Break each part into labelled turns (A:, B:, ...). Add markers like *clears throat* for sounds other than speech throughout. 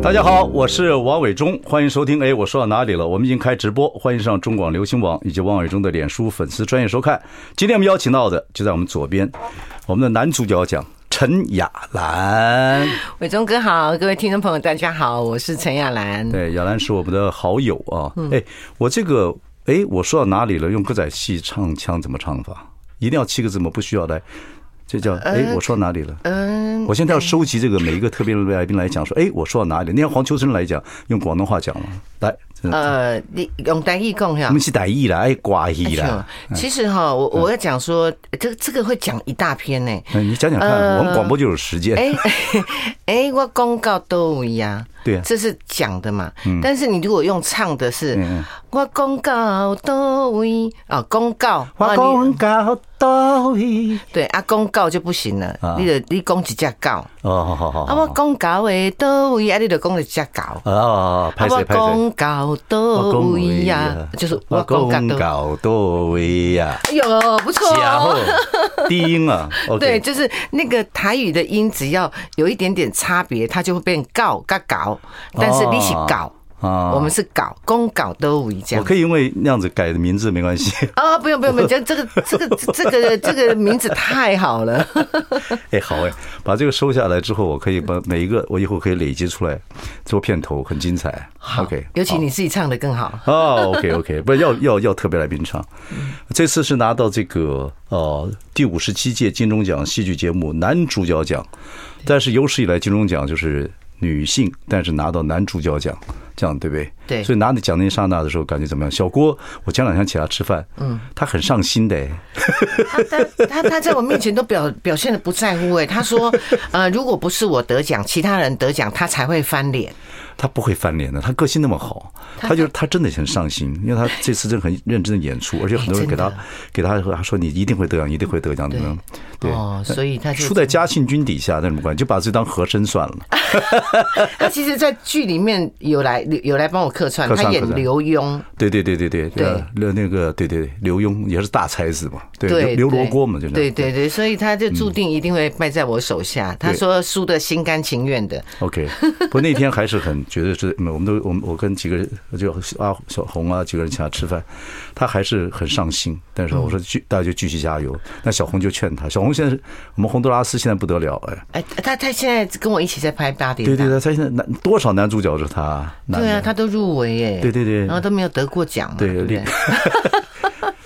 A: 大家好，我是王伟忠，欢迎收听。哎，我说到哪里了？我们已经开直播，欢迎上中广流行网以及王伟忠的脸书粉丝专业收看。今天我们邀请到的就在我们左边，我们的男主角奖陈雅兰。
B: 伟忠哥好，各位听众朋友大家好，我是陈雅兰。
A: 对，哎雅兰是我们的好友啊。
B: 嗯
A: 哎，我这个哎，我说到哪里了？用歌仔戏唱腔怎么唱法？一定要七个字吗？不需要来，这叫哎，我说到哪里了？
B: 呃嗯，
A: 我现在要收集这个每一个特别的来宾来讲说，哎，我说到哪里了？你看黄秋生来讲，用广东话讲嘛，来，真的
B: 呃，你用台语讲
A: 我
B: 呀
A: 们。是歹意啦，哎，寡意啦。嗯
B: 其实哈，我我要讲说，这这个会讲一大篇呢。
A: 嗯，你讲讲看，
B: 呃
A: 我们广播就有时间。
B: *laughs* 哎哎，我公告都一样，
A: 对啊嗯
B: 这是讲的嘛。但是你如果用唱的是
A: 嗯嗯
B: 我公告都一啊，公告哇
A: 我
B: 你啊
A: 讲到到底。
B: 对啊，公告就不行了
A: 啊，
B: 你得你讲几只告
A: 哦，好好好。
B: 啊，我公告的都一啊，你得讲一只告。
A: 啊啊，
B: 啊，
A: 拍
B: 我
A: 谁拍谁。
B: 公告到位呀，就是
A: 啊
B: 我
A: 我
B: 公告
A: 讲
B: 到。
A: 到到底呀，
B: 哎呦，不错
A: 然后
B: 哦。
A: 啊低音
B: *laughs*
A: 啊，OK，
B: 对，就是那个台语的音，只要有一点点差别，它就会变告嘎搞。但是你是搞，
A: 啊，
B: 我们是搞，公搞都无一这
A: 我
B: 样。
A: 可以因为那样子改名字没关系。 *laughs*
B: 啊、不用不用不用，这这个这个这个这个名字太
A: *laughs*
B: 好了。
A: 哎，好哎，把这个收下来之后，我可以把每一个我以后可以累积出来做片头，很精彩。OK，
B: 尤其
A: 好
B: 你自己唱的更好。
A: *laughs* 哦，OK OK，不要要要特别来宾唱，这次是拿到这个呃第五十七届金钟奖戏剧节目男主角奖，但是有史以来金钟奖就是女性，但是拿到男主角奖，这样对不对？
B: 对
A: 所以拿你奖那一刹那的时候，感觉怎么样？小郭，我前两天请他吃饭，嗯，他很上心的哎，
B: 他他哦他他在我面前都表表现的不在乎哎、他说，呃，如果不是我得奖，其他人得奖，他才会翻脸。
A: 他不会翻脸的，他个性那么好，他就他真的很上心，因为他这次真的很认哎真的演出，而且很多人给他
B: 真的
A: 给他说你一定会得奖，一定会得奖，怎么样？对。
B: 哦，所以他就
A: 出在嘉庆君底下，那什么关系？就把自己当和珅算了。
B: 啊 *laughs* 他其实，在剧里面有来有来帮我客串，
A: 客串
B: 他演
A: 客串
B: 刘墉，
A: 对 *laughs* 对对对对
B: 对
A: 呃刘那个对对对刘墉也是大才子嘛，
B: 对，
A: 对刘刘罗
B: 对
A: 锅嘛，就是
B: 对对对，所以他就注定一定会败在我手下。
A: 嗯
B: 他说输的心甘情愿的，
A: OK，不，那天还是很觉得是，嗯我们都我们我跟几个人就啊小红啊几个人请他吃饭，他还是很上心，但是
B: 嗯
A: 我说继大家就继续加油。那小红就劝他，小红现在是我们洪都拉斯现在不得了哎，
B: 哎，他他现在跟我一起在拍《八点
A: 对
B: 档》，
A: 对对，他现在男多少男主角是他，男
B: 对啊，
A: 的
B: 他都入围耶，
A: 对对对
B: 然后都没有得过奖嘛，
A: 对
B: 对不对
A: 另？ *laughs*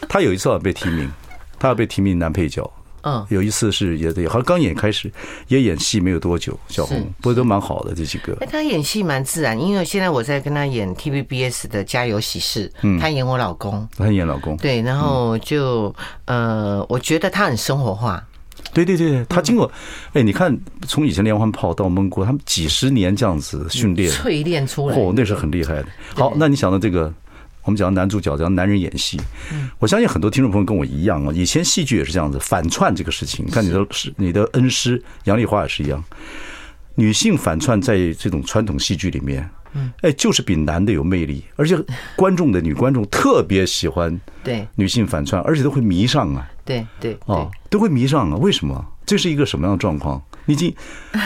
A: 他有一次好像被提名，他要被提名男配角。
B: 嗯，
A: 有一次是也也好像刚演开始，也演戏没有多久，小
B: 是
A: 红不过都蛮好的这几个
B: 哎，他演戏蛮自然，因为现在我在跟他演 TVBS 的《家有喜事》，
A: 嗯
B: 他演我老公，
A: 她演老公，
B: 对，然后就
A: 嗯
B: 呃，我觉得他很生活化，
A: 对对对，她经过，哎，你看从以前连环炮到蒙古，他们几十年这样子训练，
B: 淬炼出来，
A: 哦，那是很厉害的。好，那你想到这个，我们讲男主角，讲男人演戏，我相信很多听众朋友跟我一样啊，以前戏剧也是这样子，反串这个事情，看你的是你的恩师杨丽华也是一样，女性反串在这种传统戏剧里面。哎，就是比男的有魅力，而且观众的女观众特别喜欢
B: 对
A: 女性反串，而且都会迷上啊。
B: 对对对
A: 哦，，都会迷上啊？为什么？这是一个什么样的状况？你已经，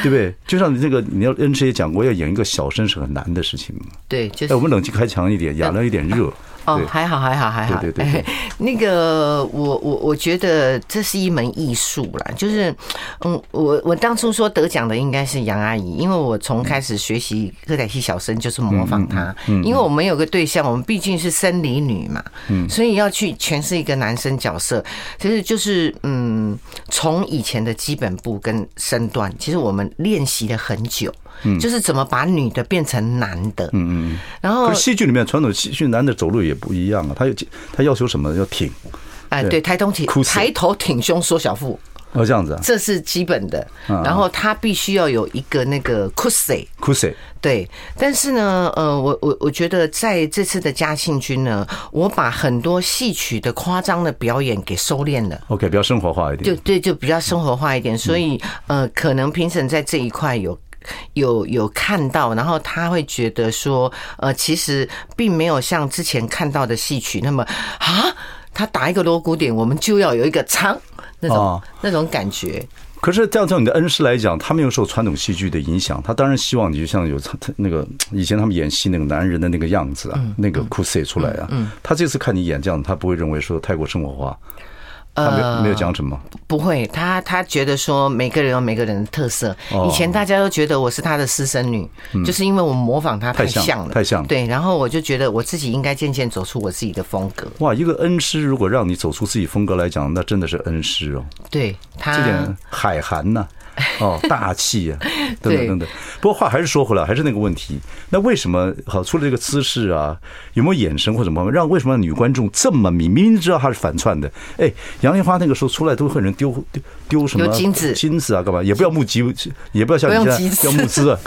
A: 对不对？就像你这个，你要恩师也讲过，要演一个小生是很难的事情。
B: 对，就
A: 哎，
B: 是
A: 我们冷气开强一
B: *laughs*
A: 点，养了一点热。
B: 哦
A: 对，
B: 还好，还好，还好。
A: 对对对对
B: 哎 *laughs* 那个我我我觉得这是一门艺术啦，就是嗯，我我当初说得奖的应该是杨阿姨，因为我从开始学习歌仔戏小生就是模仿她，
A: 嗯
B: 因为我们有个对象，我们毕竟是生理女嘛，
A: 嗯
B: 所以要去诠释一个男生角色，其实就是嗯，从以前的基本步跟身段，其实我们练习了很久。
A: 嗯
B: 就是怎么把女的变成男的，嗯嗯，然后
A: 可是戏剧里面传统戏剧男的走路也不一样啊，他有他要求什么？要挺，
B: 哎，
A: 对
B: 对，抬头挺
A: 哭死
B: 抬头挺胸缩小腹，
A: 要
B: *laughs*
A: 这样子啊。
B: 这是基本的。然后他必须要有一个那个 c u s s y
A: 哭 y
B: 对，但是呢，呃，我我我觉得在这次的嘉庆君呢，我把很多戏曲的夸张的表演给收敛了。
A: OK，比较生活化一
B: 就
A: 点。
B: 对，就比较生活化一
A: 嗯
B: 点，所以呃，可能评审在这一块有。有有看到，然后他会觉得说，呃，其实并没有像之前看到的戏曲那么啊，他打一个锣鼓点，我们就要有一个唱那种、
A: 哦
B: 那种感觉。
A: 可是这样从你的恩师来讲，他没有受传统戏剧的影响，他当然希望你就像有他那个以前他们演戏那个男人的那个样子
B: 嗯
A: 啊，那个酷涩出来啊。他这次看你演这样，他不会认为说太过生活化，
B: 呃
A: 他没有没有讲什么。
B: 不会，他他觉得说每个人有每个人的特色。
A: 哦嗯
B: 以前大家都觉得我是他的私生女，就是因为我模仿他
A: 太像
B: 像了，
A: 太像了
B: 对，然后我就觉得我自己应该渐渐走出我自己的风格。
A: 哇，一个恩师如果让你走出自己风格来讲，那真的是恩师哦，
B: 对他，
A: 这点海涵
B: *laughs*
A: 呐、哦，大气呀、等等
B: 对
A: 等等。不过话还是说回来，还是那个问题，那为什么好除了这个姿势啊，有没有眼神或者什么，让为什么女观众这么迷？明明知道她是反串的，哎，杨丽花那个时候出来都会有人丢丢丢什么
B: 丢金子
A: 金子啊，干嘛？也不要募集，也不要像
B: 不
A: 你
B: 用
A: 现在
B: 集资
A: 要募资啊。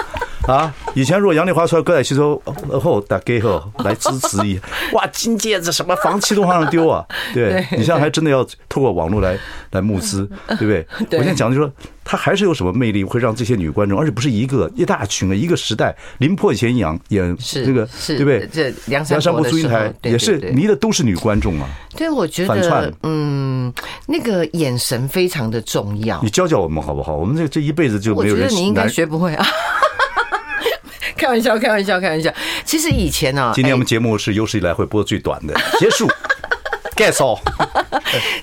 A: 啊！以前如果杨丽华出来，歌仔戏说呃后打给后 *laughs* 来支持一下，哇，金戒指什么房契都往上丢
B: *laughs*
A: 啊！对你现在还真的要透过网络来来募
B: *laughs*
A: 资，对不对？
B: 对
A: 我现在讲就是说，她还是有什么魅力会让这些女观众，而且不是一个一大群啊，一个时代。林破以前演演
B: 是
A: 这个
B: 是
A: 对不对？
B: 这梁山
A: 梁山伯
B: 伯的
A: 祝英
B: 时候
A: 台
B: 对
A: 也
B: 对
A: 是
B: 对
A: 迷的都是女观众啊！
B: 对我觉
A: 反
B: 得
A: 串，
B: 嗯，那个眼神非常的重要
A: 你。教教我们好不好？我们这这一辈子就
B: 哦我
A: 没
B: 觉
A: 有
B: 得
A: 人
B: 你应该
A: 男
B: 学不会啊。 *laughs* 开玩笑，开玩笑，开玩笑。其实以前呢、
A: 今天我
B: 哎
A: 们节目是有史以来会播最短的，结
B: *laughs*
A: 束，get all。
B: 哎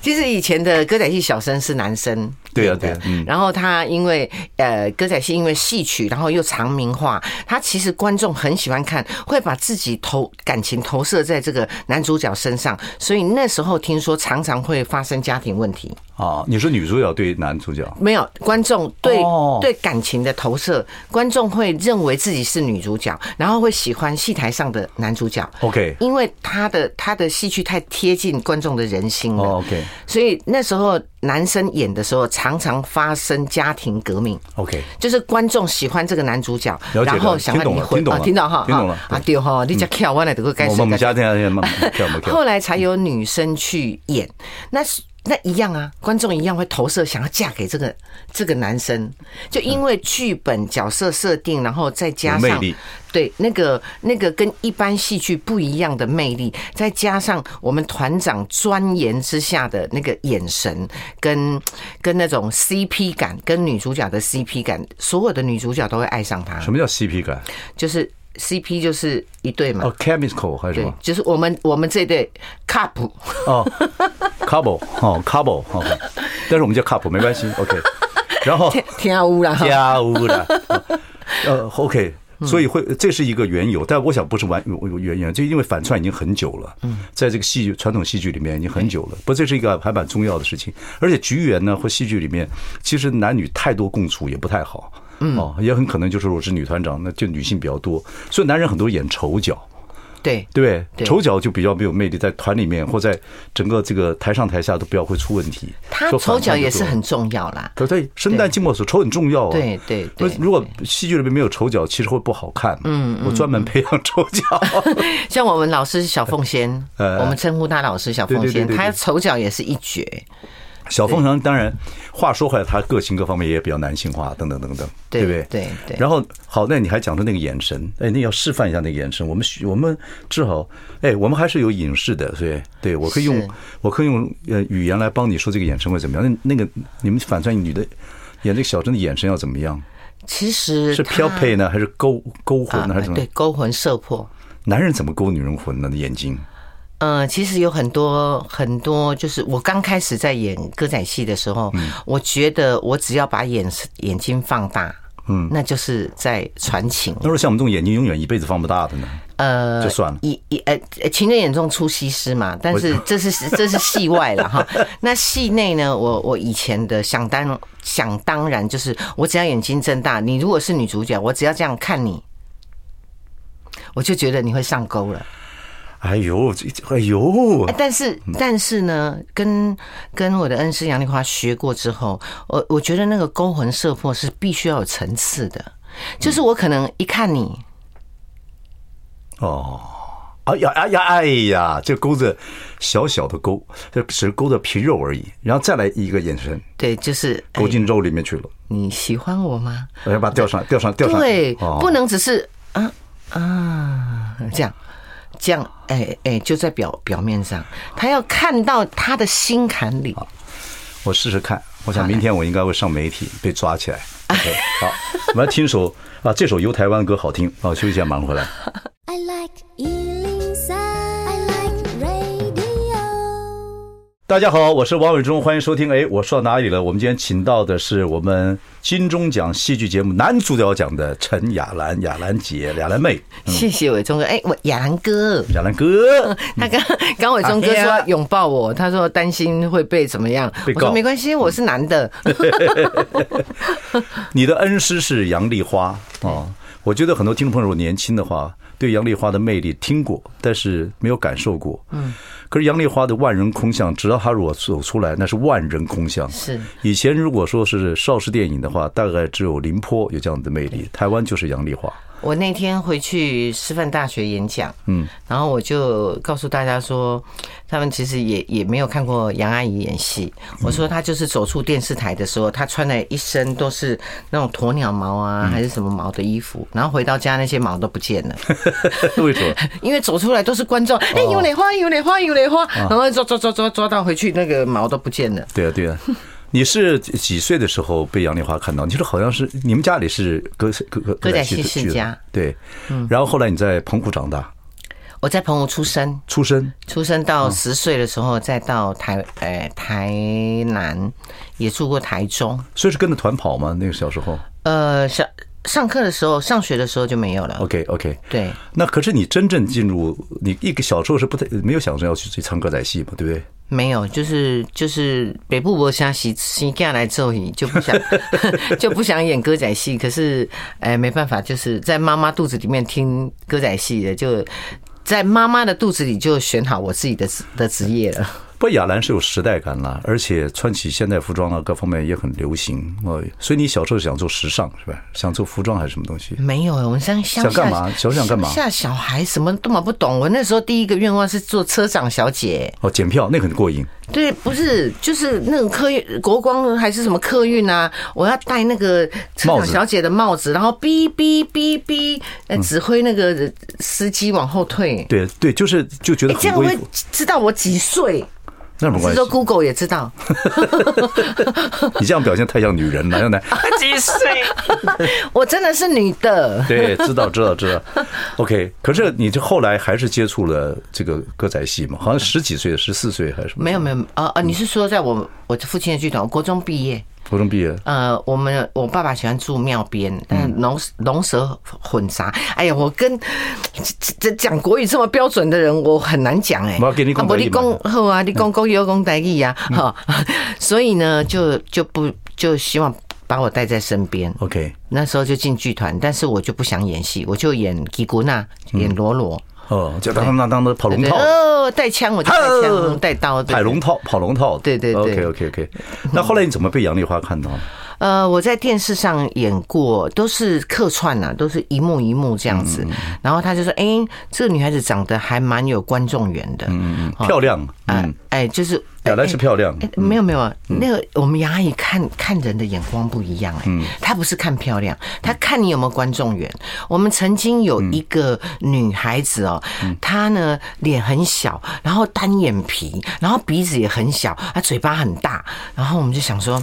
B: 其实以前的歌仔戏小生是男生，
A: 对啊
B: 演的
A: 对啊嗯
B: 然后他因为呃歌仔戏因为戏曲，然后又长名化，他其实观众很喜欢看，会把自己投感情投射在这个男主角身上，所以那时候听说常常会发生家庭问题，
A: 啊，你说女主角对男主角
B: 没有观众对、
A: 哦
B: 对感情的投射，观众会认为自己是女主角，然后会喜欢戏台上的男主角。
A: ，OK，
B: 因为他的他的戏剧太贴近观众的人心了、
A: 哦，OK
B: 所以那时候男生演的时候，常常发生家庭革命。
A: OK，
B: 就是观众喜欢这个男主角，
A: 了解
B: 然后想
A: 了
B: 让
A: 听
B: 你
A: 懂了
B: 回
A: 听懂
B: 啊
A: 了
B: 听到哈，
A: 听懂了嗯
B: 啊啊对哈，你讲跳完了这个该
A: 我
B: 谁
A: 们我们
B: 该
A: 家这样这样慢 *laughs* 慢跳，我们跳
B: 后来才有女生去演，那是那一样啊，观众一样会投射想要嫁给这个这个男生，就因为剧本角色设定，然后再加
A: 有魅
B: 上
A: 力
B: 对那个那个跟一般戏剧不一样的魅力，再加上我们团长钻研之下的那个眼神跟跟那种 CP 感，跟女主角的 CP 感，所有的女主角都会爱上他，
A: 什么叫 CP *laughs* 感？
B: 就是 CP 就是一对嘛。
A: 哦，chemical 还是什
B: 对
A: 么，？
B: 就是我们我们这对 couple，
A: 哦，couple 哦，couple 哦，但是我们叫 couple 没关系，OK。然 *laughs* 后
B: 天啊乌啦！
A: 家务的， *laughs* 呃，OK。所以会，这是一个缘由，但我想不是完缘由，就因为反串已经很久了，
B: 嗯
A: 在这个戏剧传统戏剧里面已经很久了，不，这是一个还蛮重要的事情。而且局缘呢，或戏剧里面，其实男女太多共处也不太好，
B: 嗯
A: 哦，也很可能就是我是女团长，那就女性比较多，所以男人很多演丑角，
B: 对
A: 对不对？
B: 对
A: 丑角就比较没有魅力，在团里面或在整个这个台上台下都比较会出问题。
B: 他
A: 说反
B: 丑
A: 串
B: 角
A: 就
B: 也
A: 多
B: 是很重要啦。
A: 对对，生旦净末丑，丑很重要啊。
B: 对对对
A: 那如果戏剧里面没有丑角，其实会不好看。嗯，我专门培养丑角。
B: 嗯像我们老师小凤仙，
A: 呃
B: 我们称呼他老师小凤
A: 对对
B: 仙，
A: 对对对
B: 他丑角也是一绝。
A: *laughs* 小凤祥当然，话说回来，他个性各方面也比较男性化，等等等等，
B: 对
A: 不对？
B: 对对
A: 然后好，那你还讲出那个眼神，哎，那要示范一下那个眼神。我们需我们至少，哎，我们还是有影视的，所以对我可以用
B: 是
A: 我可以用呃语言来帮你说这个眼神会怎么样。那那个你们反串女的演这个小珍的眼神要怎么样？
B: 其实
A: 是
B: 他
A: 飘配呢，还是勾勾魂呢，还是怎
B: 啊
A: 么？
B: 对勾魂摄魄。
A: 男人怎么勾女人魂呢？眼睛。
B: 嗯，其实有很多很多，就是我刚开始在演歌仔戏的时候，
A: 嗯
B: 我觉得我只要把眼眼睛放大，嗯，那就是在传情
A: 那。如果像我们这种眼睛永远一辈子放不大的呢？
B: 呃，
A: 就算了
B: 以以呃，呃情人眼中出西施嘛，但是这是这是戏外了哈。那戏内呢，我我以前的想当想当然就是，我只要眼睛睁大，你如果是女主角，我只要这样看你，我就觉得你会上钩了。
A: 哎呦，这这哎呦
B: 啊，但是但是呢，跟跟我的恩师杨丽花学过之后，我我觉得那个勾魂摄魄是必须要有层次的。就是我可能一看你，
A: 哦，哎呀哎呀哎呀，这勾着小小的勾，这只是勾着皮肉而已，然后再来一个眼神，
B: 对，就是、哎
A: 勾进肉里面去了，
B: 你喜欢我吗？
A: 然后把它吊上来，吊上来，吊上来，
B: 对，
A: 哦
B: 不能只是啊啊这样，这样，哎哎，就在表表面上，他要看到他的心坎里。
A: 哦我试试看，我想明天我应该会上媒体被抓起来。OK，好，我们来听首啊，这首《游台湾》歌好听啊，休息一下马上回来。
C: I like Ealing Sound. I like radio.
A: 大家好，我是王伟忠，欢迎收听。哎，我说到哪里了？我们今天请到的是我们金钟奖戏剧节目男主角奖的陈雅兰、雅兰姐、雅兰妹、
B: 谢谢伟忠哥，哎，我亚兰哥。
A: 雅兰哥。
B: 他刚刚伟忠哥说要拥抱我，他说担心会被怎么样？
A: 啊被
B: 我
A: 告
B: 说没关系，我是
A: *laughs*
B: 男的。
A: 你的恩师是杨丽花啊、哦我觉得很多听众朋友如果年轻的话，对杨丽花的魅力听过，但是没有感受过。嗯，可是杨丽花的万人空巷，直到她如果走出来，那是万人空巷。
B: 是
A: 以前如果说是邵氏电影的话，大概只有宁波有这样的魅力，台湾就是杨丽花。 *laughs*
B: 我那天回去师范大学演讲，嗯，然后我就告诉大家说，他们其实也也没有看过杨阿姨演戏。我说她就是走出电视台的时候，她穿了一身都是那种鸵鸟毛啊，还是什么毛的衣服，然后回到家那些毛都不见了，
A: 为什么？
B: 因为走出来都是观众，哎，有蕾花，有蕾花，有蕾花，然后抓抓抓抓抓到回去那个毛都不见了。
A: 对啊，对啊。 *laughs* 你是几岁的时候被杨丽花看到？你说好像是你们家里是歌歌歌
B: 歌仔戏
A: 剧
B: 世
A: 的
B: 家嗯
A: 对，然后后来你在澎湖长大，
B: 我在澎湖出生，
A: 出生
B: 出生到十岁的时候，再到台呃台南，也住过台中。
A: 所以是跟着团跑吗？那个小时候
B: 呃，上上课的时候，上学的时候就没有了。
A: ，OK OK。
B: 对，
A: 那可是你真正进入你一个小时候是不太没有想着要去去唱歌仔戏嘛，对不对？
B: 没有，就是就是北部博虾洗洗下来之后，就不想 *laughs* 就不想演歌仔戏。可是，哎，没办法，就是在妈妈肚子里面听歌仔戏的，就在妈妈的肚子里就选好我自己的职的职业了。
A: 不过雅兰是有时代感啦，而且穿起现代服装啊，各方面也很流行哦。所以你小时候想做时尚是吧？想做服装还是什么东西？
B: 没有，我们乡乡
A: 想
B: 下
A: 干嘛小想干嘛
B: 乡下小孩什么都嘛不懂。我那时候第一个愿望是做车长小姐，
A: 哦，检票那个很过瘾，
B: 对，不是就是那种客运国光还是什么客运啊，我要戴那个车
A: 帽
B: 长
A: 子嗯
B: 小姐的帽子，然后哔哔哔哔，呃指挥那个司机往后退。
A: 对对，就是就觉得
B: 哎，这
A: 很
B: 样我
A: 威
B: 会
A: 风，
B: 知道我几岁。
A: 那没
B: 是
A: 关系
B: 说。Google 也知道， *laughs*
A: 你这样表现太像女人了，要男。
B: 几岁？我真的是女的。
A: 对，知道知道知道。OK，可是你这后来还是接触了这个歌仔戏嘛？好像十几岁、十四岁还是什么？
B: 嗯没有没有，啊啊！你是说在我我父亲的剧团，我国中毕业，
A: 高中毕业，
B: 呃，我们我爸爸喜欢住庙边，但
A: 嗯
B: 龙龙蛇混杂。哎呀，我跟这这讲国语这么标准的人，我很难讲哎、
A: 没要紧你讲
B: 啊不
A: 台语
B: 你
A: 嘛嗯
B: 讲好啊，你讲国语，我讲台语啊，哈、所以呢，就就不就希望把我带在身边。
A: OK，
B: 那时候就进剧团，但是我就不想演戏，我就演吉古娜，
A: 嗯
B: 演罗罗，
A: 哦，就当当当当的跑龙
B: 对
A: 套，
B: 哦，带枪我就带
A: 哦
B: 枪，带刀，对
A: 跑龙套，跑龙套。
B: 对对对嗯
A: OK OK OK。那后来你怎么被杨丽花看到呢？
B: 呃，我在电视上演过，都是客串呐、都是一幕一幕这样子。然后他就说：“哎、这个女孩子长得还蛮有观众缘的。”嗯嗯
A: 漂亮，
B: 哎、
A: 嗯，
B: 哎就是
A: 雅兰是
B: 哎
A: 漂亮。
B: 哎没有没有，那个我们杨阿姨看看人的眼光不一样哎、她不是看漂亮，她看你有没有观众缘。我们曾经有一个女孩子哦，她呢脸很小，然后单眼皮，然后鼻子也很小，她嘴巴很大，然后我们就想说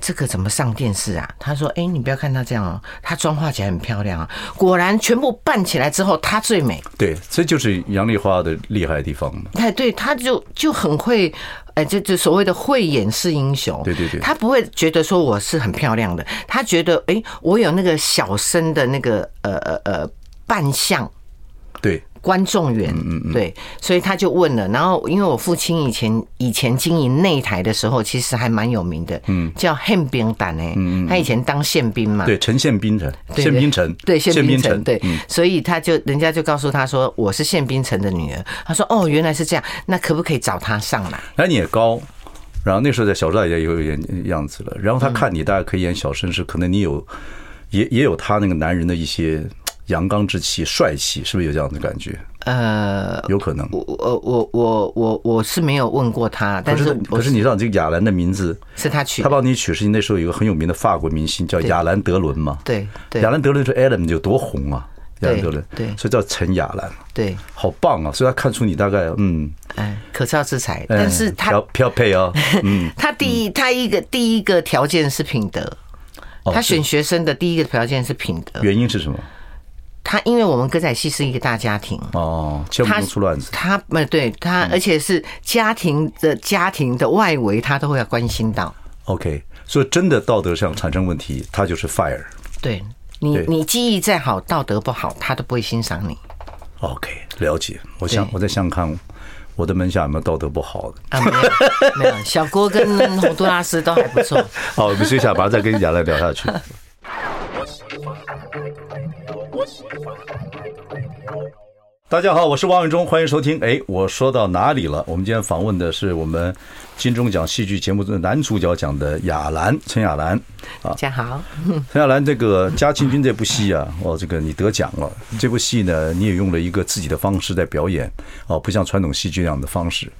B: 这个怎么上电视啊？她说：“哎，你不要看她这样哦，她妆化起来很漂亮啊。”果然全部扮起来之后，她最美。
A: 对，这就是杨丽花的厉害的地方嘛。
B: 哎，对，他就就很会，哎，就就所谓的慧眼识英雄。
A: 对对对
B: 他不会觉得说我是很漂亮的，他觉得哎、我有那个小生的那个呃呃呃扮相。
A: 对，
B: 观众缘，
A: 嗯
B: 对，所以他就问了。然后，因为我父亲以前以前经营内台的时候，其实还蛮有名的，嗯，叫宪兵党哎，他以前当宪兵嘛，
A: 嗯对，陈宪斌城，
B: 啊对
A: 宪斌城，
B: 对宪
A: 斌嗯
B: 兵
A: 城，
B: 城，对，所以他就人家就告诉他说我是宪兵城的女儿，他说哦原来是这样，那可不可以找他上来？
A: 然后你也高，然后那时候在小时代也有点样子了。然后他看你大概可以演小绅士，可能你有也也有他那个男人的一些阳刚之气、帅气，是不是有这样的感觉？
B: 呃，
A: 有可能。
B: 我我我我我我是没有问过他，
A: 可
B: 但
A: 是
B: 是
A: 可
B: 我
A: 是你知道这个亚兰的名字，
B: 是他取
A: 他
B: 的，
A: 帮你取是那时候有个很有名的法国明星叫
B: 对
A: 亚兰德伦嘛？
B: 对对
A: 亚兰德伦说 Adam 有多红啊？亚兰德伦，
B: 对对
A: 所以叫陈亚兰，
B: 对，
A: 好棒啊！所以他看出你大概嗯，
B: 哎，可造之才，
A: 哎
B: 但是他
A: 飘飘配啊，嗯，
B: 他第一他一个第一个条件是品德，
A: 哦
B: 他选学生的第一个条件是品德，
A: 原因是什么？
B: 他因为我们歌仔戏是一个大家庭。
A: 哦，千万不能出乱子。
B: 他们对他，而且是家庭的家庭的外围，他都会要关心到。
A: OK，所以真的道德上产生问题，他就是 fire。
B: 对你
A: 对，
B: 你技艺再好，道德不好，他都不会欣赏你。
A: OK，了解。我想
B: 对
A: 我在想看我的门下有没有道德不好的。
B: 啊，没有没有，小郭跟 *laughs* 洪都拉斯都还不错。
A: 好，我们休息一下，马上再跟雅兰聊下去。大家好，我是王永忠，欢迎收听。哎，我说到哪里了？我们今天访问的是我们金钟奖戏剧节目的男主角奖的雅兰，陈雅兰。
B: 大家好，
A: 陈亚兰，这个《嘉庆君》这部戏啊，哦，这个你得奖了。这部戏呢，你也用了一个自己的方式在表演，哦，不像传统戏剧那样的方式。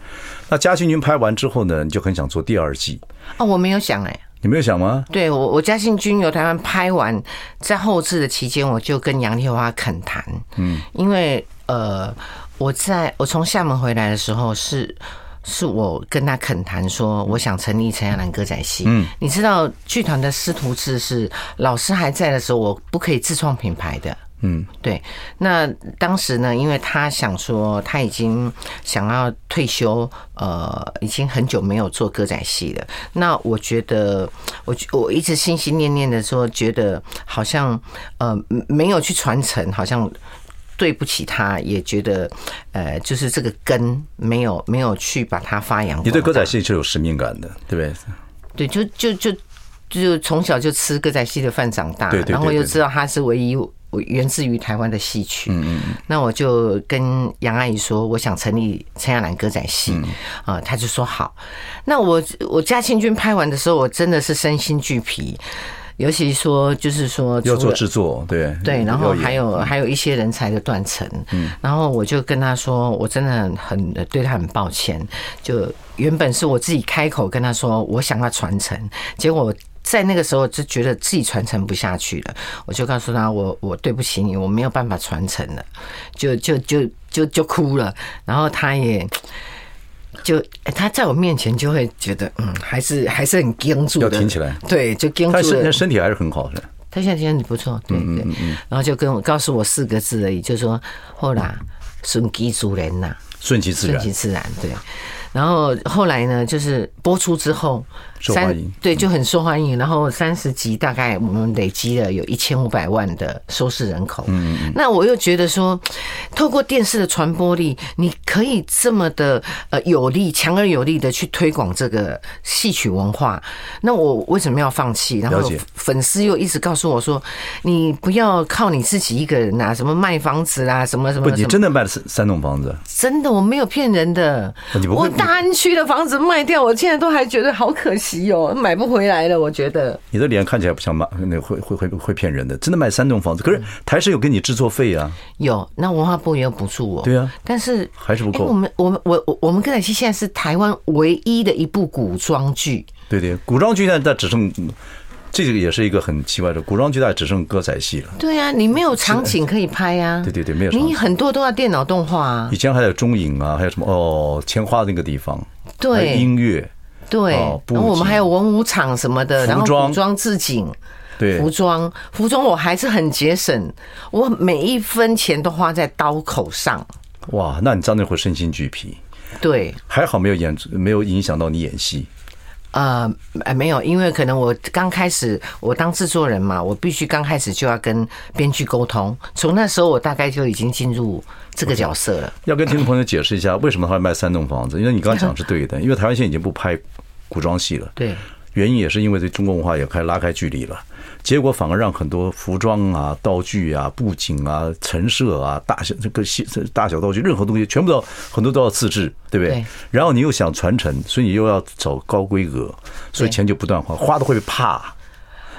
A: 那《嘉庆君》拍完之后呢，你就很想做第二季，
B: 哦，我没有想哎、
A: 你没有想吗？
B: 对我，我嘉信君游台湾拍完，在后置的期间，我就跟杨丽花恳谈，嗯，因为呃，我在我从厦门回来的时候是。是我跟他恳谈说，我想成立陈亚兰歌仔戏。嗯，你知道剧团的师徒制是老师还在的时候，我不可以自创品牌的。嗯，对。那当时呢，因为他想说他已经想要退休，呃，已经很久没有做歌仔戏了。那我觉得，我我一直心心念念的说，觉得好像呃没有去传承，好像。对不起他，也觉得，呃，就是这个根没有没有去把它发扬。
A: 你对歌仔戏是有使命感的，对
B: 哦
A: 不对？
B: 对，就就就就从小就吃歌仔戏的饭长大，
A: 对对对
B: 然后又
A: 对
B: 知道它是唯一我源自于台湾的戏曲。嗯嗯那我就跟杨阿姨说，我想成立陈亚兰歌仔戏，
A: 嗯
B: 啊、她就说好。那我我嘉庆君拍完的时候，我真的是身心俱疲。尤其说，就是说，
A: 要
B: 除
A: 做
B: 了
A: 制作，对
B: 对，然后
A: 要演
B: 还有还有一些人才的断层，
A: 嗯
B: 然后我就跟他说，我真的很很对他很抱歉，就原本是我自己开口跟他说我想要传承，结果我在那个时候就觉得自己传承不下去了，我就告诉他我我对不起你，我没有办法传承了，就就就就就哭了，然后他也。就、哎他在我面前就会觉得，嗯，还是还是很僵住的，
A: 要挺起来，
B: 对，就僵住
A: 但是
B: 了
A: 但身体还是很好的。
B: 他现在觉得你不错，对对，然后就跟我告诉我四个字而已，就说后来顺其自然呐、
A: 顺其自
B: 顺
A: 然
B: 其，自然，对。然后后来呢，就是播出之后，
A: 受
B: 三
A: 欢迎嗯
B: 对，就很受欢迎。然后三十集大概我们累积了有一千五百万的收视人口。嗯，那我又觉得说，透过电视的传播力，你可以这么的呃有力、强而有力的去推广这个戏曲文化。那我为什么要放弃？然
A: 了
B: 后
A: 解
B: 粉丝又一直告诉我说，你不要靠你自己一个人啊，什么卖房子啦、什么什么
A: 不，
B: 什
A: 你
B: 么。
A: 真的卖了三三栋房子，
B: 真的，我没有骗人的
A: 哦你。不会
B: 我大安区的房子卖掉，我现在都还觉得好可惜哦，买不回来了。我觉得
A: 你的脸看起来不像卖，那会会会会骗人的，真的卖三栋房子，可是
B: 嗯
A: 台视有给你制作费啊，
B: 有，那文化部也有补助我。
A: 对啊
B: 但是
A: 还是不
B: 哎我
A: 够。
B: 们我们我我我们歌仔戏现在是台湾唯一的一部古装剧，
A: 对对，古装剧现在只剩，这个也是一个很奇怪的，古装剧大概只剩歌仔戏了。
B: 对啊，你没有场景可以拍啊，
A: 哎对对对没有场景
B: 你很多都要电脑动画啊
A: 以，前还有中影啊，还有什么哦，钱花那个地方，还有
B: 对
A: 音乐，
B: 对
A: 哦，布
B: 然后我们
A: 景
B: 还有文武场什么的，
A: 服
B: 然后
A: 装
B: 古装置景，
A: 对
B: 服装，服装我还是很节省，我每一分钱都花在刀口上。
A: 哇，那你真的会身心俱疲。
B: 对，
A: 还好没有演，没有影响到你演戏。
B: 呃，呃没有，因为可能我刚开始，我当制作人嘛，我必须刚开始就要跟编剧沟通。从那时候，我大概就已经进入这个角色了。
A: 要跟听众朋友解释一下，为什么他会卖三栋房子？因为你刚刚讲是对的，因为台湾现在已经不拍古装戏了。
B: 对，
A: 原因也是因为对中国文化也开始拉开距离了，结果反而让很多服装啊、道具啊、布景啊、陈设啊、大小这个细这大小道具，任何东西全部都要很多都要自制，对不对？
B: 对
A: 然后你又想传承，所以你又要找高规格，所以
B: 对
A: 钱就不断花，花的会怕。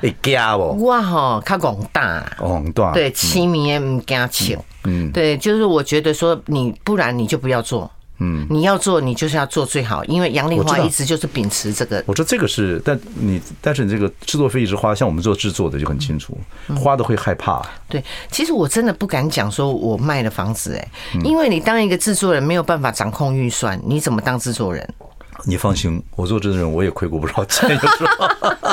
A: 会惊不？
B: 我吼较广大啦，
A: 哦，对啊，
B: 对，痴迷也唔惊笑。嗯，对，就是我觉得说你不然你就不要做，嗯，你要做你就是要做最好，因为杨丽
A: 我知
B: 花
A: 道
B: 一直就是秉持这个，
A: 我说这个是，但你但是你这个制作费一直花，像我们做制作的就很清楚，
B: 嗯
A: 花的会害怕。
B: 对，其实我真的不敢讲说我卖了房子、欸，因为你当一个制作人没有办法掌控预算，你怎么当制作人？
A: 你放心，我做制作人我也亏过不少钱，有时候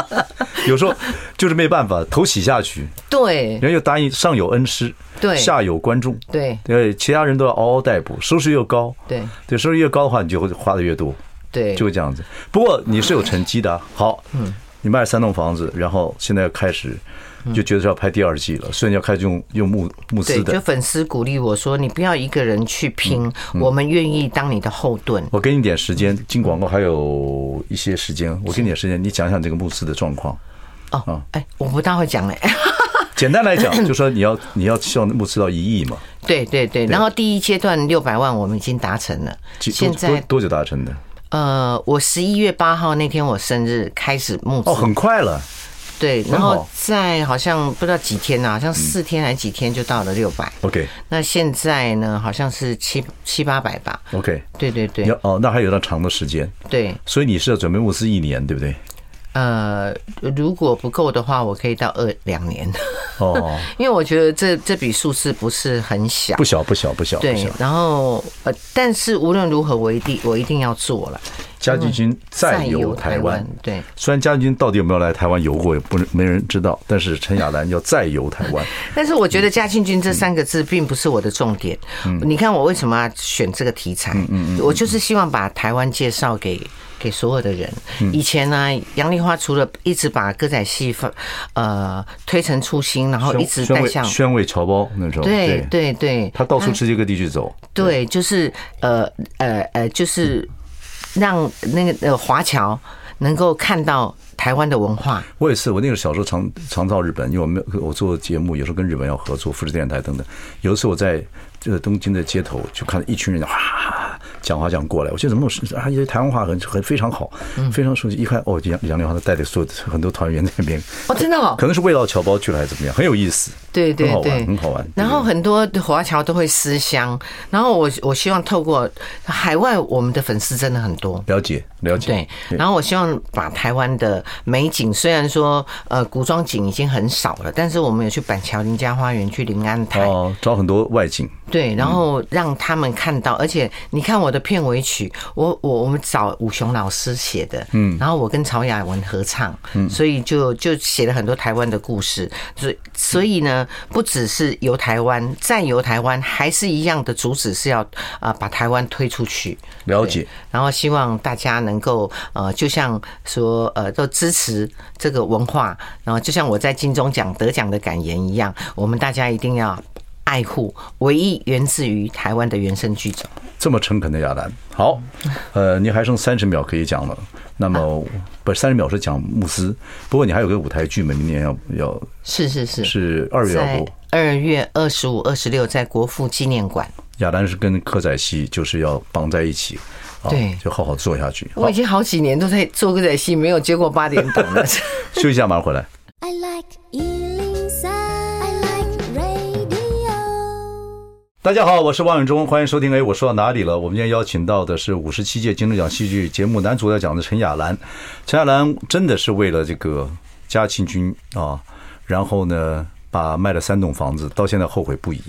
A: 有时候就是没办法，头洗下去，
B: 对，
A: 人家又答应上有恩师，
B: 对
A: 下有观众，
B: 对
A: 对，其他人都要嗷嗷待哺，收视又高，
B: 对
A: 对，收视越高的话，你就会花的越多，
B: 对，
A: 就会这样子。不过你是有成绩的啊，好，嗯，你卖了三栋房子，然后现在开始就觉得是要拍第二季了，所以你要开始用用募募资
B: 嗯对，
A: 的嗯
B: 就。粉丝鼓励我说，你不要一个人去拼，我们愿意当你的后盾。
A: 我给你点时间，进广告还有一些时间，我给你点时间，你讲讲这个募资的状况。
B: 哦，哎，我不大会讲嘞。 *laughs*
A: 简单来讲，
B: *clears throat*
A: 就说你要你要希望募资到一亿嘛，
B: 对对对，然后第一阶段六百万我们已经达成了，
A: 几
B: 现
A: 多多
B: 在
A: 多久达成的？
B: 呃，我十一月八号那天我生日开始募资
A: 哦，，很快了，
B: 对，然
A: 很
B: 后
A: 好
B: 在好像不知道几天啊，好像四天还是几天就到了六百。
A: OK
B: 那现在呢，好像是七七八百吧？
A: OK，
B: 对对
A: 你
B: 对
A: 要哦，那还有段长的时间，
B: 对，
A: 所以你是要准备募资一年，对不对？
B: 呃，如果不够的话，我可以到二两年，
A: 哦，
B: *laughs* 因为我觉得这这笔数字不是很小
A: 不。小不小不小不
B: 对
A: 小，，
B: 然后呃，但是无论如何，我一定我一定要做了。
A: 家具
B: 嗯
A: 君再游台湾。
B: 对，
A: 虽然家具君到底有没有来台湾游过，也不是没人知道，但是陈雅兰要再游台
B: *laughs*
A: 湾，
B: 但是我觉得“嘉庆君”
A: 嗯
B: 这三个字并不是我的重点。你看我为什么要选这个题材？
A: 嗯
B: 我就是希望把台湾介绍给。给所有的人。
A: 嗯
B: 以前呢、杨丽花除了一直把歌仔戏放呃推陈出新，然后哦一直
A: 宣
B: 带
A: 慰
B: 向
A: 宣慰侨胞那时候，
B: 对对对，
A: 他到处世界各地去走，
B: 对，就是呃呃呃，就是让那个呃华侨能够看到台湾的文化。
A: 我也是，我那个小时候常常到日本，因为我们我做节目，有时候跟日本要合作，富士电视台等等。有一次我在这个东京的街头，就看到一群人哇讲话讲过来，我觉得怎么是啊，因为台湾话很很非常好，非常熟悉。一看哦，杨杨丽华他带的所有很多团员在那边，
B: 哦，真的哦
A: 可，能是味道侨胞去了还是怎么样，很有意思，
B: 对对
A: 很好
B: 对，
A: 玩，很好玩。
B: 然后很多华侨都会思乡，然后我我希望透过海外，我们的粉丝真的很多。
A: 了解了
B: 对
A: 解，，
B: 然后我希望把台湾的美景，虽然说呃古装景已经很少了，但是我们有去板桥林家花园、去临安台，
A: 哦，找很多外景，
B: 对，然后让他们看到，而且你看我的片尾曲，我我我们找武雄老师写的，嗯，然后我跟曹雅文合唱，嗯，所以就就写了很多台湾的故事，所以所以呢，不只是游台湾，再游台湾，还是一样的主旨是要啊、呃把台湾推出去，
A: 了解。
B: 然后希望大家能够呃，就像说呃，都支持这个文化，然后就像我在金钟奖得奖的感言一样，我们大家一定要爱护唯一源自于台湾的原生剧种。
A: 这么诚恳的亚兰，好，呃，你还剩三十秒可以讲了。那么不是三十秒是讲慕斯，不过你还有个舞台剧嘛，明年要要
B: 是是是，
A: 是二月要
B: 在
A: 播。
B: 二月二十五、二十六在国父纪念馆。
A: 亚兰是跟柯仔戏就是要绑在一起，啊
B: 对
A: 就好好做下去。好
B: 我已，经好几年都在做歌仔戏，没有接过八点档了。
A: 休息一下，马上回来。
C: I like Ealing Sound. I like radio.
A: 大家好，我是王永忠，欢迎收听。哎，我说到哪里了？我们今天邀请到的是五十七届金钟奖戏剧节目男主角奖的陈雅兰。陈雅兰真的是为了这个嘉庆君啊，然后呢，把卖了三栋房子，到现在后悔不已。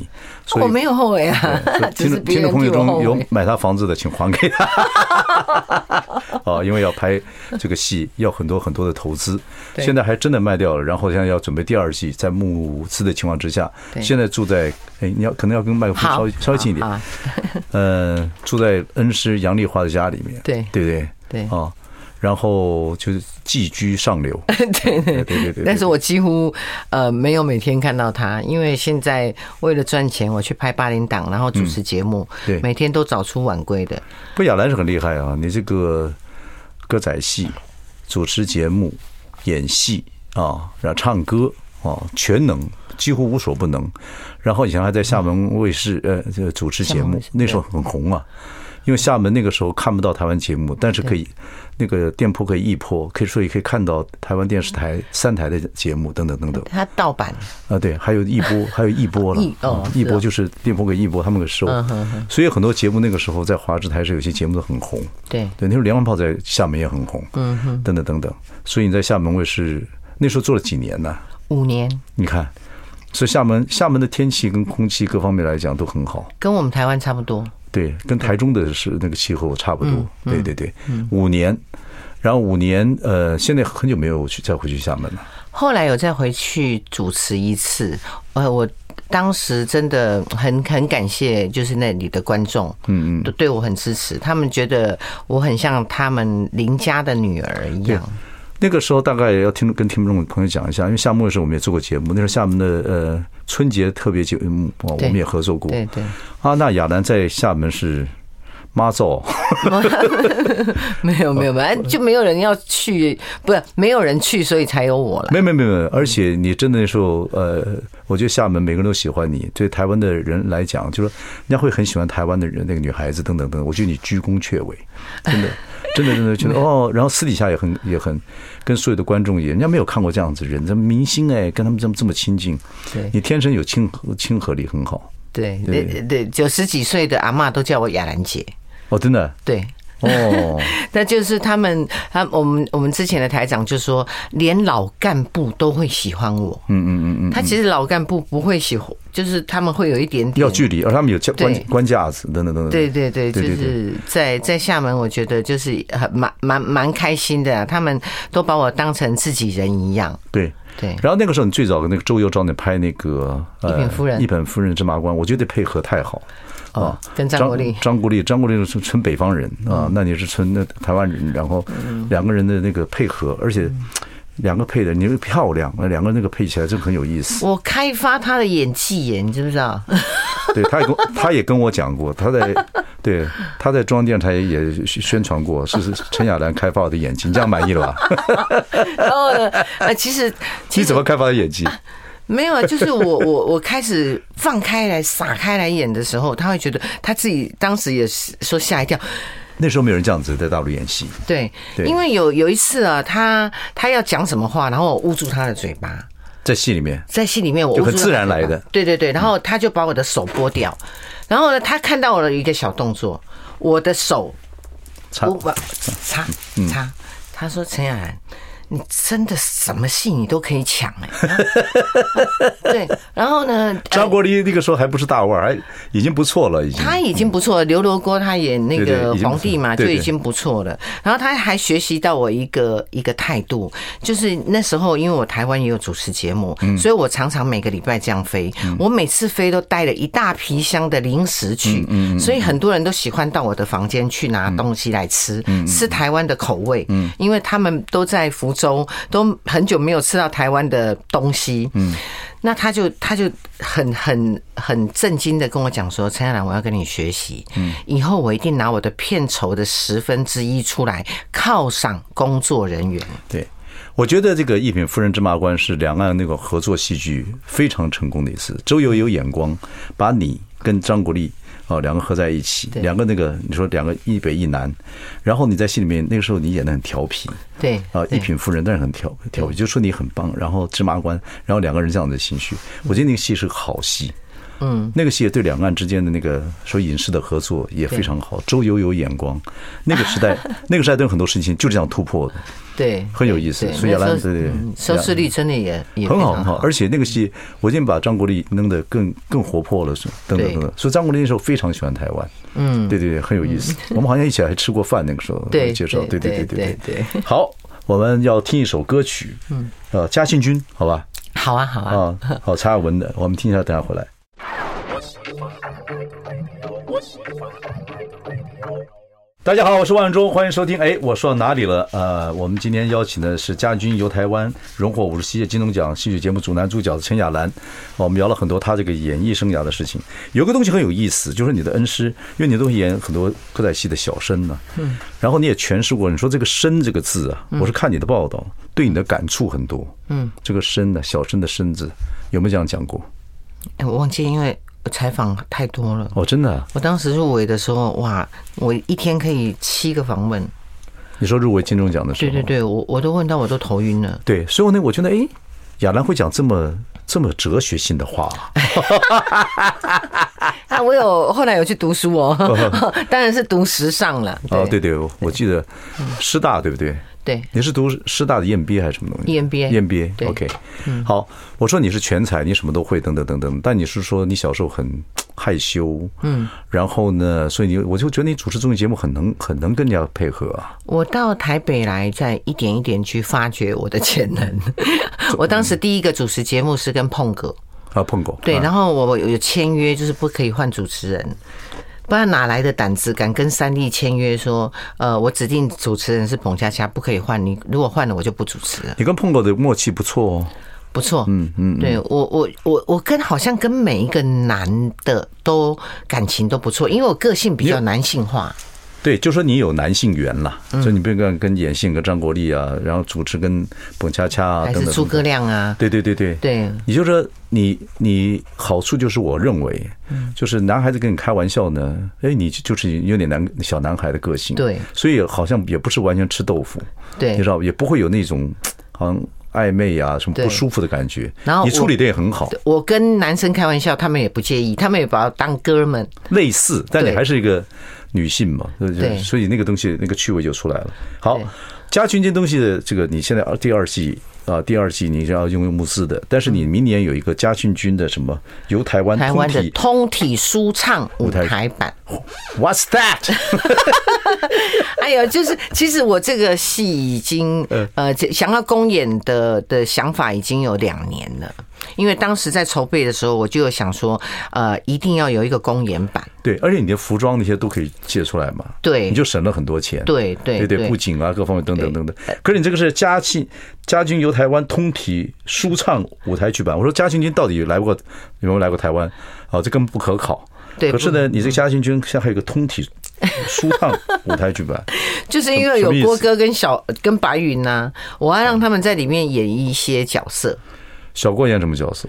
A: 所以
B: 我没有后悔 *laughs* 啊，只
A: 听
B: 是
A: 众
B: 别
A: 听众
B: 人
A: 朋
B: 替
A: 友
B: 我后
A: 中有
B: 悔。
A: 买他房子的，请还给他。 *laughs* 啊，因为要拍这个戏，要很多很多的投资，
B: 对
A: 现在还真的卖掉了，然后现在要准备第二季，在募资的情况之下，
B: 对
A: 现在住在哎，你要可能要跟麦克风
B: 好
A: 稍，稍微近一点
B: 好，，好
A: 呃，住在恩师杨丽华的家里面，
B: 对
A: 对不对？
B: 对
A: 啊，然后就是寄居上流，
B: *laughs* 对
A: 对
B: 对
A: 对对
B: 但是我几乎呃没有每天看到他，因为现在为了赚钱，我去拍八零档，然后主持节目，
A: 对
B: 每天都早出晚归的。
A: 不，亚兰是很厉害啊！你这个歌仔戏、主持节目、演戏啊，然后唱歌啊，全能，几乎无所不能。然后以前还在厦门卫视呃这个主持节
B: 厦门
A: 目
B: 卫视，
A: 那时候很红啊。因为厦门那个时候看不到台湾节目，但是可以那个电波可以一波，可以所以可以看到台湾电视台三台的节目等等等等
B: 它盗版，
A: 啊，对，还有一
B: *laughs*
A: 波，还有一波了
B: 一，哦
A: 嗯
B: 是
A: 一波
B: 哦
A: 就是电波给一波他们给收
B: 嗯哼，
A: 所以很多节目那个时候在华视台是有些节目都很红，
B: 对
A: 对，那时候连环炮在厦门也很红，嗯哼，等等等等，所以你在厦门卫视那时候做了几年呢？
B: 五年
A: 你看，所以厦门厦门的天气跟空气各方面来讲都很好，
B: 跟我们台湾差不多，
A: 对，跟台中的是那个气候差不
B: 嗯
A: 多，对对对，五年，然后五年，呃，现在很久没有去再回去厦门了，
B: 后来有再回去主持一次，呃，我当时真的很很感谢，就是那里的观众，嗯嗯，都对我很支持，他们觉得我很像他们邻家的女儿一样，
A: 那个时候大概也要听跟听众朋友讲一下，因为厦门的时候我们也做过节目，那时候厦门的呃春节特别节目，哦我
B: 对
A: 们也合作过，啊
B: 对对，
A: 阿娜亚楠在厦门是妈灶，
B: *laughs* 没有没有没有，就没有人要去，不是没有人去，所以才有我了，
A: *laughs* 没有没有没有没有，而且你真的那时候，呃，我觉得厦门每个人都喜欢你。对台湾的人来讲，就是说人家会很喜欢台湾的人，那个女孩子等等等等。我觉得你鞠躬却
B: *laughs*
A: 尾，真的，真的真的觉得哦。然后私底下也很也很跟所有的观众也，人家没有看过这样子的人，这明星哎，跟他们这么这么亲近，
B: 对
A: 你天生有亲和亲和力很好
B: 对
A: 对
B: 对对，九十几岁的阿嬷都叫我雅兰姐，
A: 哦，真的
B: *laughs* 对。
A: 哦，
B: 那就是他们，他我们我们之前的台长就说，连老干部都会喜欢我。嗯嗯嗯嗯。他其实老干部不会喜欢，就是他们会有一点点
A: 要距离，而他们有架关
B: 对
A: 关架子等等等等。
B: 对对对，就
A: 对对对
B: 是在在厦门，我觉得就是很蛮蛮蛮开心的、啊，他们都把我当成自己人一样。
A: 对。
B: 对，
A: 然后那个时候，你最早跟那个周游找你拍那个呃
B: 一品夫人
A: 一本夫人芝麻官，我觉得配合太好
B: 哦
A: 啊。
B: 跟张国立嗯
A: 张国立，张国立是纯北方人啊，那你是纯的台湾人，然后两个人的那个配合，而且两个配的，你又漂亮，两个那个配起来就很有意思。
B: 我开发他的演技耶，你知不知道？
A: 对，他也跟他也跟我 *laughs* 讲过，他在对他在中央电视台也宣传过，是是陈雅兰开发我的眼睛，你这样满意了
B: *laughs*
A: 吧？
B: 然
A: 哦
B: 后呢， *laughs* 呃，其实其
A: 你
B: 实
A: 怎么开发的眼睛？
B: 没有啊，就是我 *laughs* 我我开始放开来撒开来演的时候，他会觉得他自己当时也是说吓一跳，
A: 那时候没有人这样子在大陆演戏，
B: 对，
A: 对
B: 因为有有一次啊，他他要讲什么话，然后我捂住他的嘴巴，
A: 在戏里面
B: 在戏里面我
A: 就
B: 捂
A: 很
B: 住他
A: 自然
B: 嘴巴
A: 来的，
B: 对对对，然后他就把我的手拨掉，然后呢，他看到我的一个小动作，我的手
A: 差
B: 我把擦擦，他说陈雅兰。你真的什么戏你都可以抢哎、然后对，然后呢？
A: 张国立那个时候还不是大腕儿，还已经不错了，已经。
B: 他已经不错了，刘罗锅他演那
A: 对
B: 个
A: 对已经不错
B: 皇帝嘛，
A: 对
B: 就
A: 对
B: 已经不错了。然后他还学习到我一个一个态度，就是那时候因为我台湾也有主持节目，
A: 嗯
B: 所以我常常每个礼拜这样飞，我每次飞都带了一大皮箱的零食去，
A: 嗯
B: 所以很多人都喜欢到我的房间去拿东西来吃，
A: 嗯
B: 吃台湾的口味，因为他们都在福州，都很久没有吃到台湾的东西，
A: 嗯
B: 那他就他就很很很震惊的跟我讲说，陈亚兰，我要跟你学习，嗯，以后我一定拿我的片酬的十分之一出来犒赏工作人员。
A: 对，我觉得这个《一品夫人芝麻官》是两岸那个合作戏剧非常成功的一次。周游有眼光，把你跟张国立哦两个合在一起，
B: 对
A: 两个那个你说两个一北一南，然后你在戏里面那个时候你演的很调皮
B: 对
A: 啊，
B: 对
A: 一品夫人但是很调调皮，就说你很棒，然后芝麻官，然后两个人这样的情绪，我觉得那个戏是个好戏。嗯，那个戏也对两岸之间的那个说影视的合作也非常好。周游有眼光，那个时
B: *laughs*
A: 代，那个时代都有很多事情就这样突破的。
B: 对，
A: 很有意思
B: 对
A: 所以亚
B: 那时
A: 兰
B: 候
A: 对对对
B: 嗯收视率真的也也
A: 很好
B: 非
A: 很
B: 常
A: 好，而且那个戏我已经把张国立弄得更更活泼了，是等等
B: 对
A: 等等。所以张国立那时候非常喜欢台湾，嗯，对对对，很有意
B: *laughs*
A: 思。我们好像一起还吃过饭，那个时候
B: 对
A: 介绍，对
B: 对
A: 对
B: 对
A: 对
B: 对
A: 对。好，我们要听一首歌曲，嗯，呃，嘉庆君，好吧，
B: 好啊好啊，
A: 啊，好，查尔文的，我们听一下，等下回来。大家好，我是万忠，欢迎收听。哎，我说到哪里了？呃，我们今天邀请的是家军游台湾，荣获五十七届金钟奖戏剧节目主男主角的陈雅兰。哦我们聊了很多她这个演艺生涯的事情。有个东西很有意思，就是你的恩师，因为你都演很多歌仔戏的小生呢、嗯，然后你也诠释过，你说这个“生”这个字
B: 嗯
A: 啊，我是看你的报道，对你的感触很啊多。嗯，这个“生”呢，小生的“生”字，有没有这样讲过？
B: 哎我忘记，因为采访太多了。
A: 哦，真的啊，
B: 我当时入围的时候，哇，我一天可以七个访问，
A: 你说入围金钟奖的时
B: 对
A: 候，
B: 对对，我我都问到我都头晕了。
A: 对，所以呢，我觉得哎，亚兰会讲这么这么哲学性的话，
B: *laughs* 啊，我有后来有去读书哦， *laughs* 当然是读时尚了。
A: 哦，对对，我我记得师大对不对？
B: 对，
A: 你是读师大的 EMBA 还是什么东西
B: EMBA 对嗯
A: EMBA，OK，、好，我说你是全才，你什么都会，等等等等，但你是说你小时候很害羞，嗯，然后呢，所以你我就觉得你主持综艺节目很能很能跟人家配合啊，
B: 我到台北来，再一点一点去发掘我的潜能。 *laughs* 我当时第一个主持节目是跟碰哥，
A: 啊，碰过，
B: 对，
A: 啊
B: 然后我有有签约，就是不可以换主持人。不然哪来的胆子敢跟三立签约说，呃，我指定主持人是彭佳佳，不可以换你。如果换了，我就不主持了。
A: 你跟碰过的默契不错哦，
B: 不错，嗯嗯，对我我我我跟好像跟每一个男的都感情都不错，因为我个性比较男性化。
A: 对，就说你有男性缘啦，
B: 嗯
A: 所以你不管跟演戏跟张国立啊，然后主持跟彭恰恰啊
B: 还
A: 等等
B: 是
A: 等
B: 诸
A: 等
B: 葛亮啊，
A: 对对对对
B: 对
A: 也就是说你你好处就是我认为，
B: 嗯
A: 就是男孩子跟你开玩笑呢，哎，你就是有点男小男孩的个性，
B: 对
A: 所以好像也不是完全吃豆腐，
B: 对
A: 你知道也不会有那种好像暧昧啊什么
B: 对
A: 不舒服的感觉，
B: 然后
A: 你
B: 我
A: 处理的也很好，
B: 我跟男生开玩笑，他们也不介意，他们也把我当哥们。
A: 类似，但你
B: 对
A: 还是一个女性嘛，对不
B: 对
A: 所以那个东西那个趣味就出来了。好
B: 对，
A: 家军这东西的这个你现在第二季啊、第二季你是要用用募资的，但是你明年有一个家军军的什么游台湾
B: 台
A: 通
B: 湾的
A: 体
B: 通体舒畅舞
A: 台
B: 台版，
A: ，What's that？
B: *laughs* 哎呦，就是其实我这个戏已经
A: 嗯
B: 呃想要公演的的想法已经有两年了，因为当时在筹备的时候，我就有想说，呃，一定要有一个公演版。
A: *laughs* 对，而且你的服装那些都可以借出来嘛，
B: 对
A: 你就省了很多钱。
B: 对对
A: 对
B: 对
A: 布景啊，各方面等等
B: 对
A: 等等。可是你这个是嘉庆嘉军游台湾通体舒畅舞台剧版，我说嘉庆君到底来过有没有来过台湾？啊，这根本不可考。
B: 对嗯
A: 可是呢，你这个嘉庆君现在还有一个通体 *laughs* 舒畅舞台剧版， *laughs*
B: 就是因为有郭哥跟小跟白云呐、我要让他们在里面演一些角色。
A: 嗯小郭演什么角色？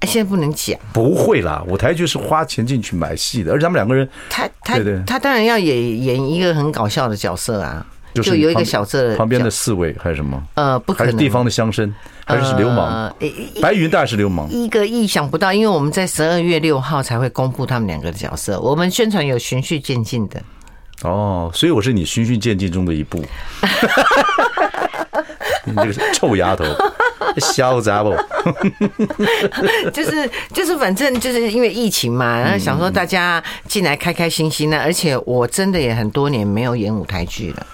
B: 哎，现在不能讲，
A: 不会啦，舞台剧是花钱进去买戏的，而且他们两个人
B: 他他
A: 对对
B: 他当然要演演一个很搞笑的角色啊，
A: 就是
B: 有一
A: 旁
B: 个小色
A: 旁边的
B: 角
A: 侍卫还是什么，
B: 呃不可
A: 还是
B: 能
A: 地方的乡绅，还是流氓
B: 呃？一
A: 白云大概是流氓。
B: 一个意想不到，因为我们在十二月六号才会公布他们两个的角色，我们宣传有循序渐进的。
A: 哦，所以我是你循序渐进中的一步。 *laughs* 你这个臭丫头， *laughs* 嚣张不？
B: 就是就是，反正就是因为疫情嘛，然后想说大家进来开开心心的、而且我真的也很多年没有演舞台剧了。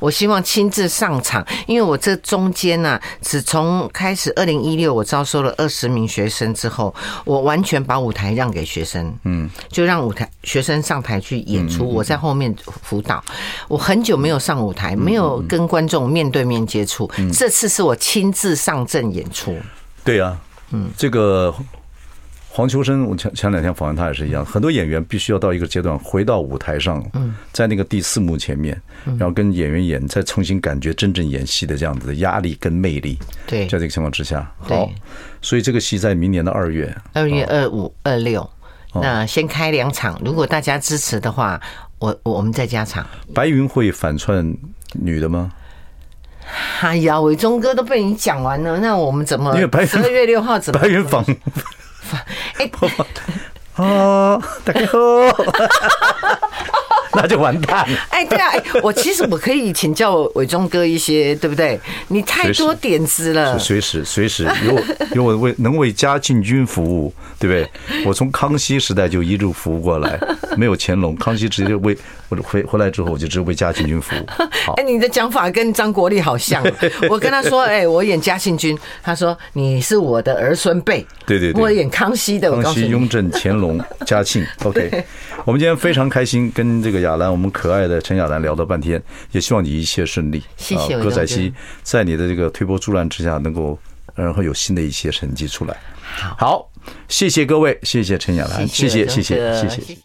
B: 我希望亲自上场，因为我这中间呢、只从开始二零一六我招收了二十名学生之后，我完全把舞台让给学生，嗯，就让舞台学生上台去演出，我在后面辅导。我很久没有上舞台，没有跟观众面对面接触，这次是我亲自上阵演出，
A: 对呀、嗯，这个黄秋生，我前前两天访问他也是一样，很多演员必须要到一个阶段回到舞台上，
B: 嗯
A: 在那个第四幕前面，然后跟演员演，再重新感觉真正演戏的这样子的压力跟魅力。
B: 对
A: 在这个情况之下，
B: 对
A: 好，所以这个戏在明年的二月，
B: 二月二五、二六，
A: 哦
B: 那先开两场，如果大家支持的话，我我我们再加场。
A: 白云会反串女的
B: *laughs*
A: 吗？
B: 哎呀，伟忠哥都被你讲完了，那我们怎么？
A: 因为白云
B: 十二月六号怎么
A: 白？云仿
B: *laughs*
A: *laughs*
B: 哎、
A: 哦，大家好， *laughs* 那就完蛋了。
B: 哎，对啊，哎，我其实我可以请教伟忠哥一些，对不对？你太多点子了。
A: 随时随时有
B: *laughs*
A: 我有我为能为家进军服务，对不对？我从康熙时代就一路服务过
B: *laughs*
A: 来，没有乾隆，康熙直接为我回回来之后，我就直接为家进军服
B: *laughs*
A: 务。好
B: 哎，，你的讲法跟张国立好像。
A: *laughs*
B: 我跟他说，哎，我演嘉庆君，他说你是我的儿孙辈。
A: 对对对
B: 我演康熙的，我告
A: 康
B: 诉
A: 熙、
B: 你。
A: 雍正、乾
B: *laughs*
A: 隆、嘉庆，OK。我们今天非常开心，跟这个雅兰，我们可爱的陈雅兰聊了半天，也希望你一切顺利。
B: 谢谢
A: 啊
B: 伟
A: 歌仔
B: 忠
A: 戏在你的这个推波助澜之下，能够然后有新的一些成绩出来。好，谢谢各位，谢谢陈雅兰，
B: 谢
A: 谢谢，
B: 谢伟
A: 谢
B: 忠哥
A: 谢，谢谢。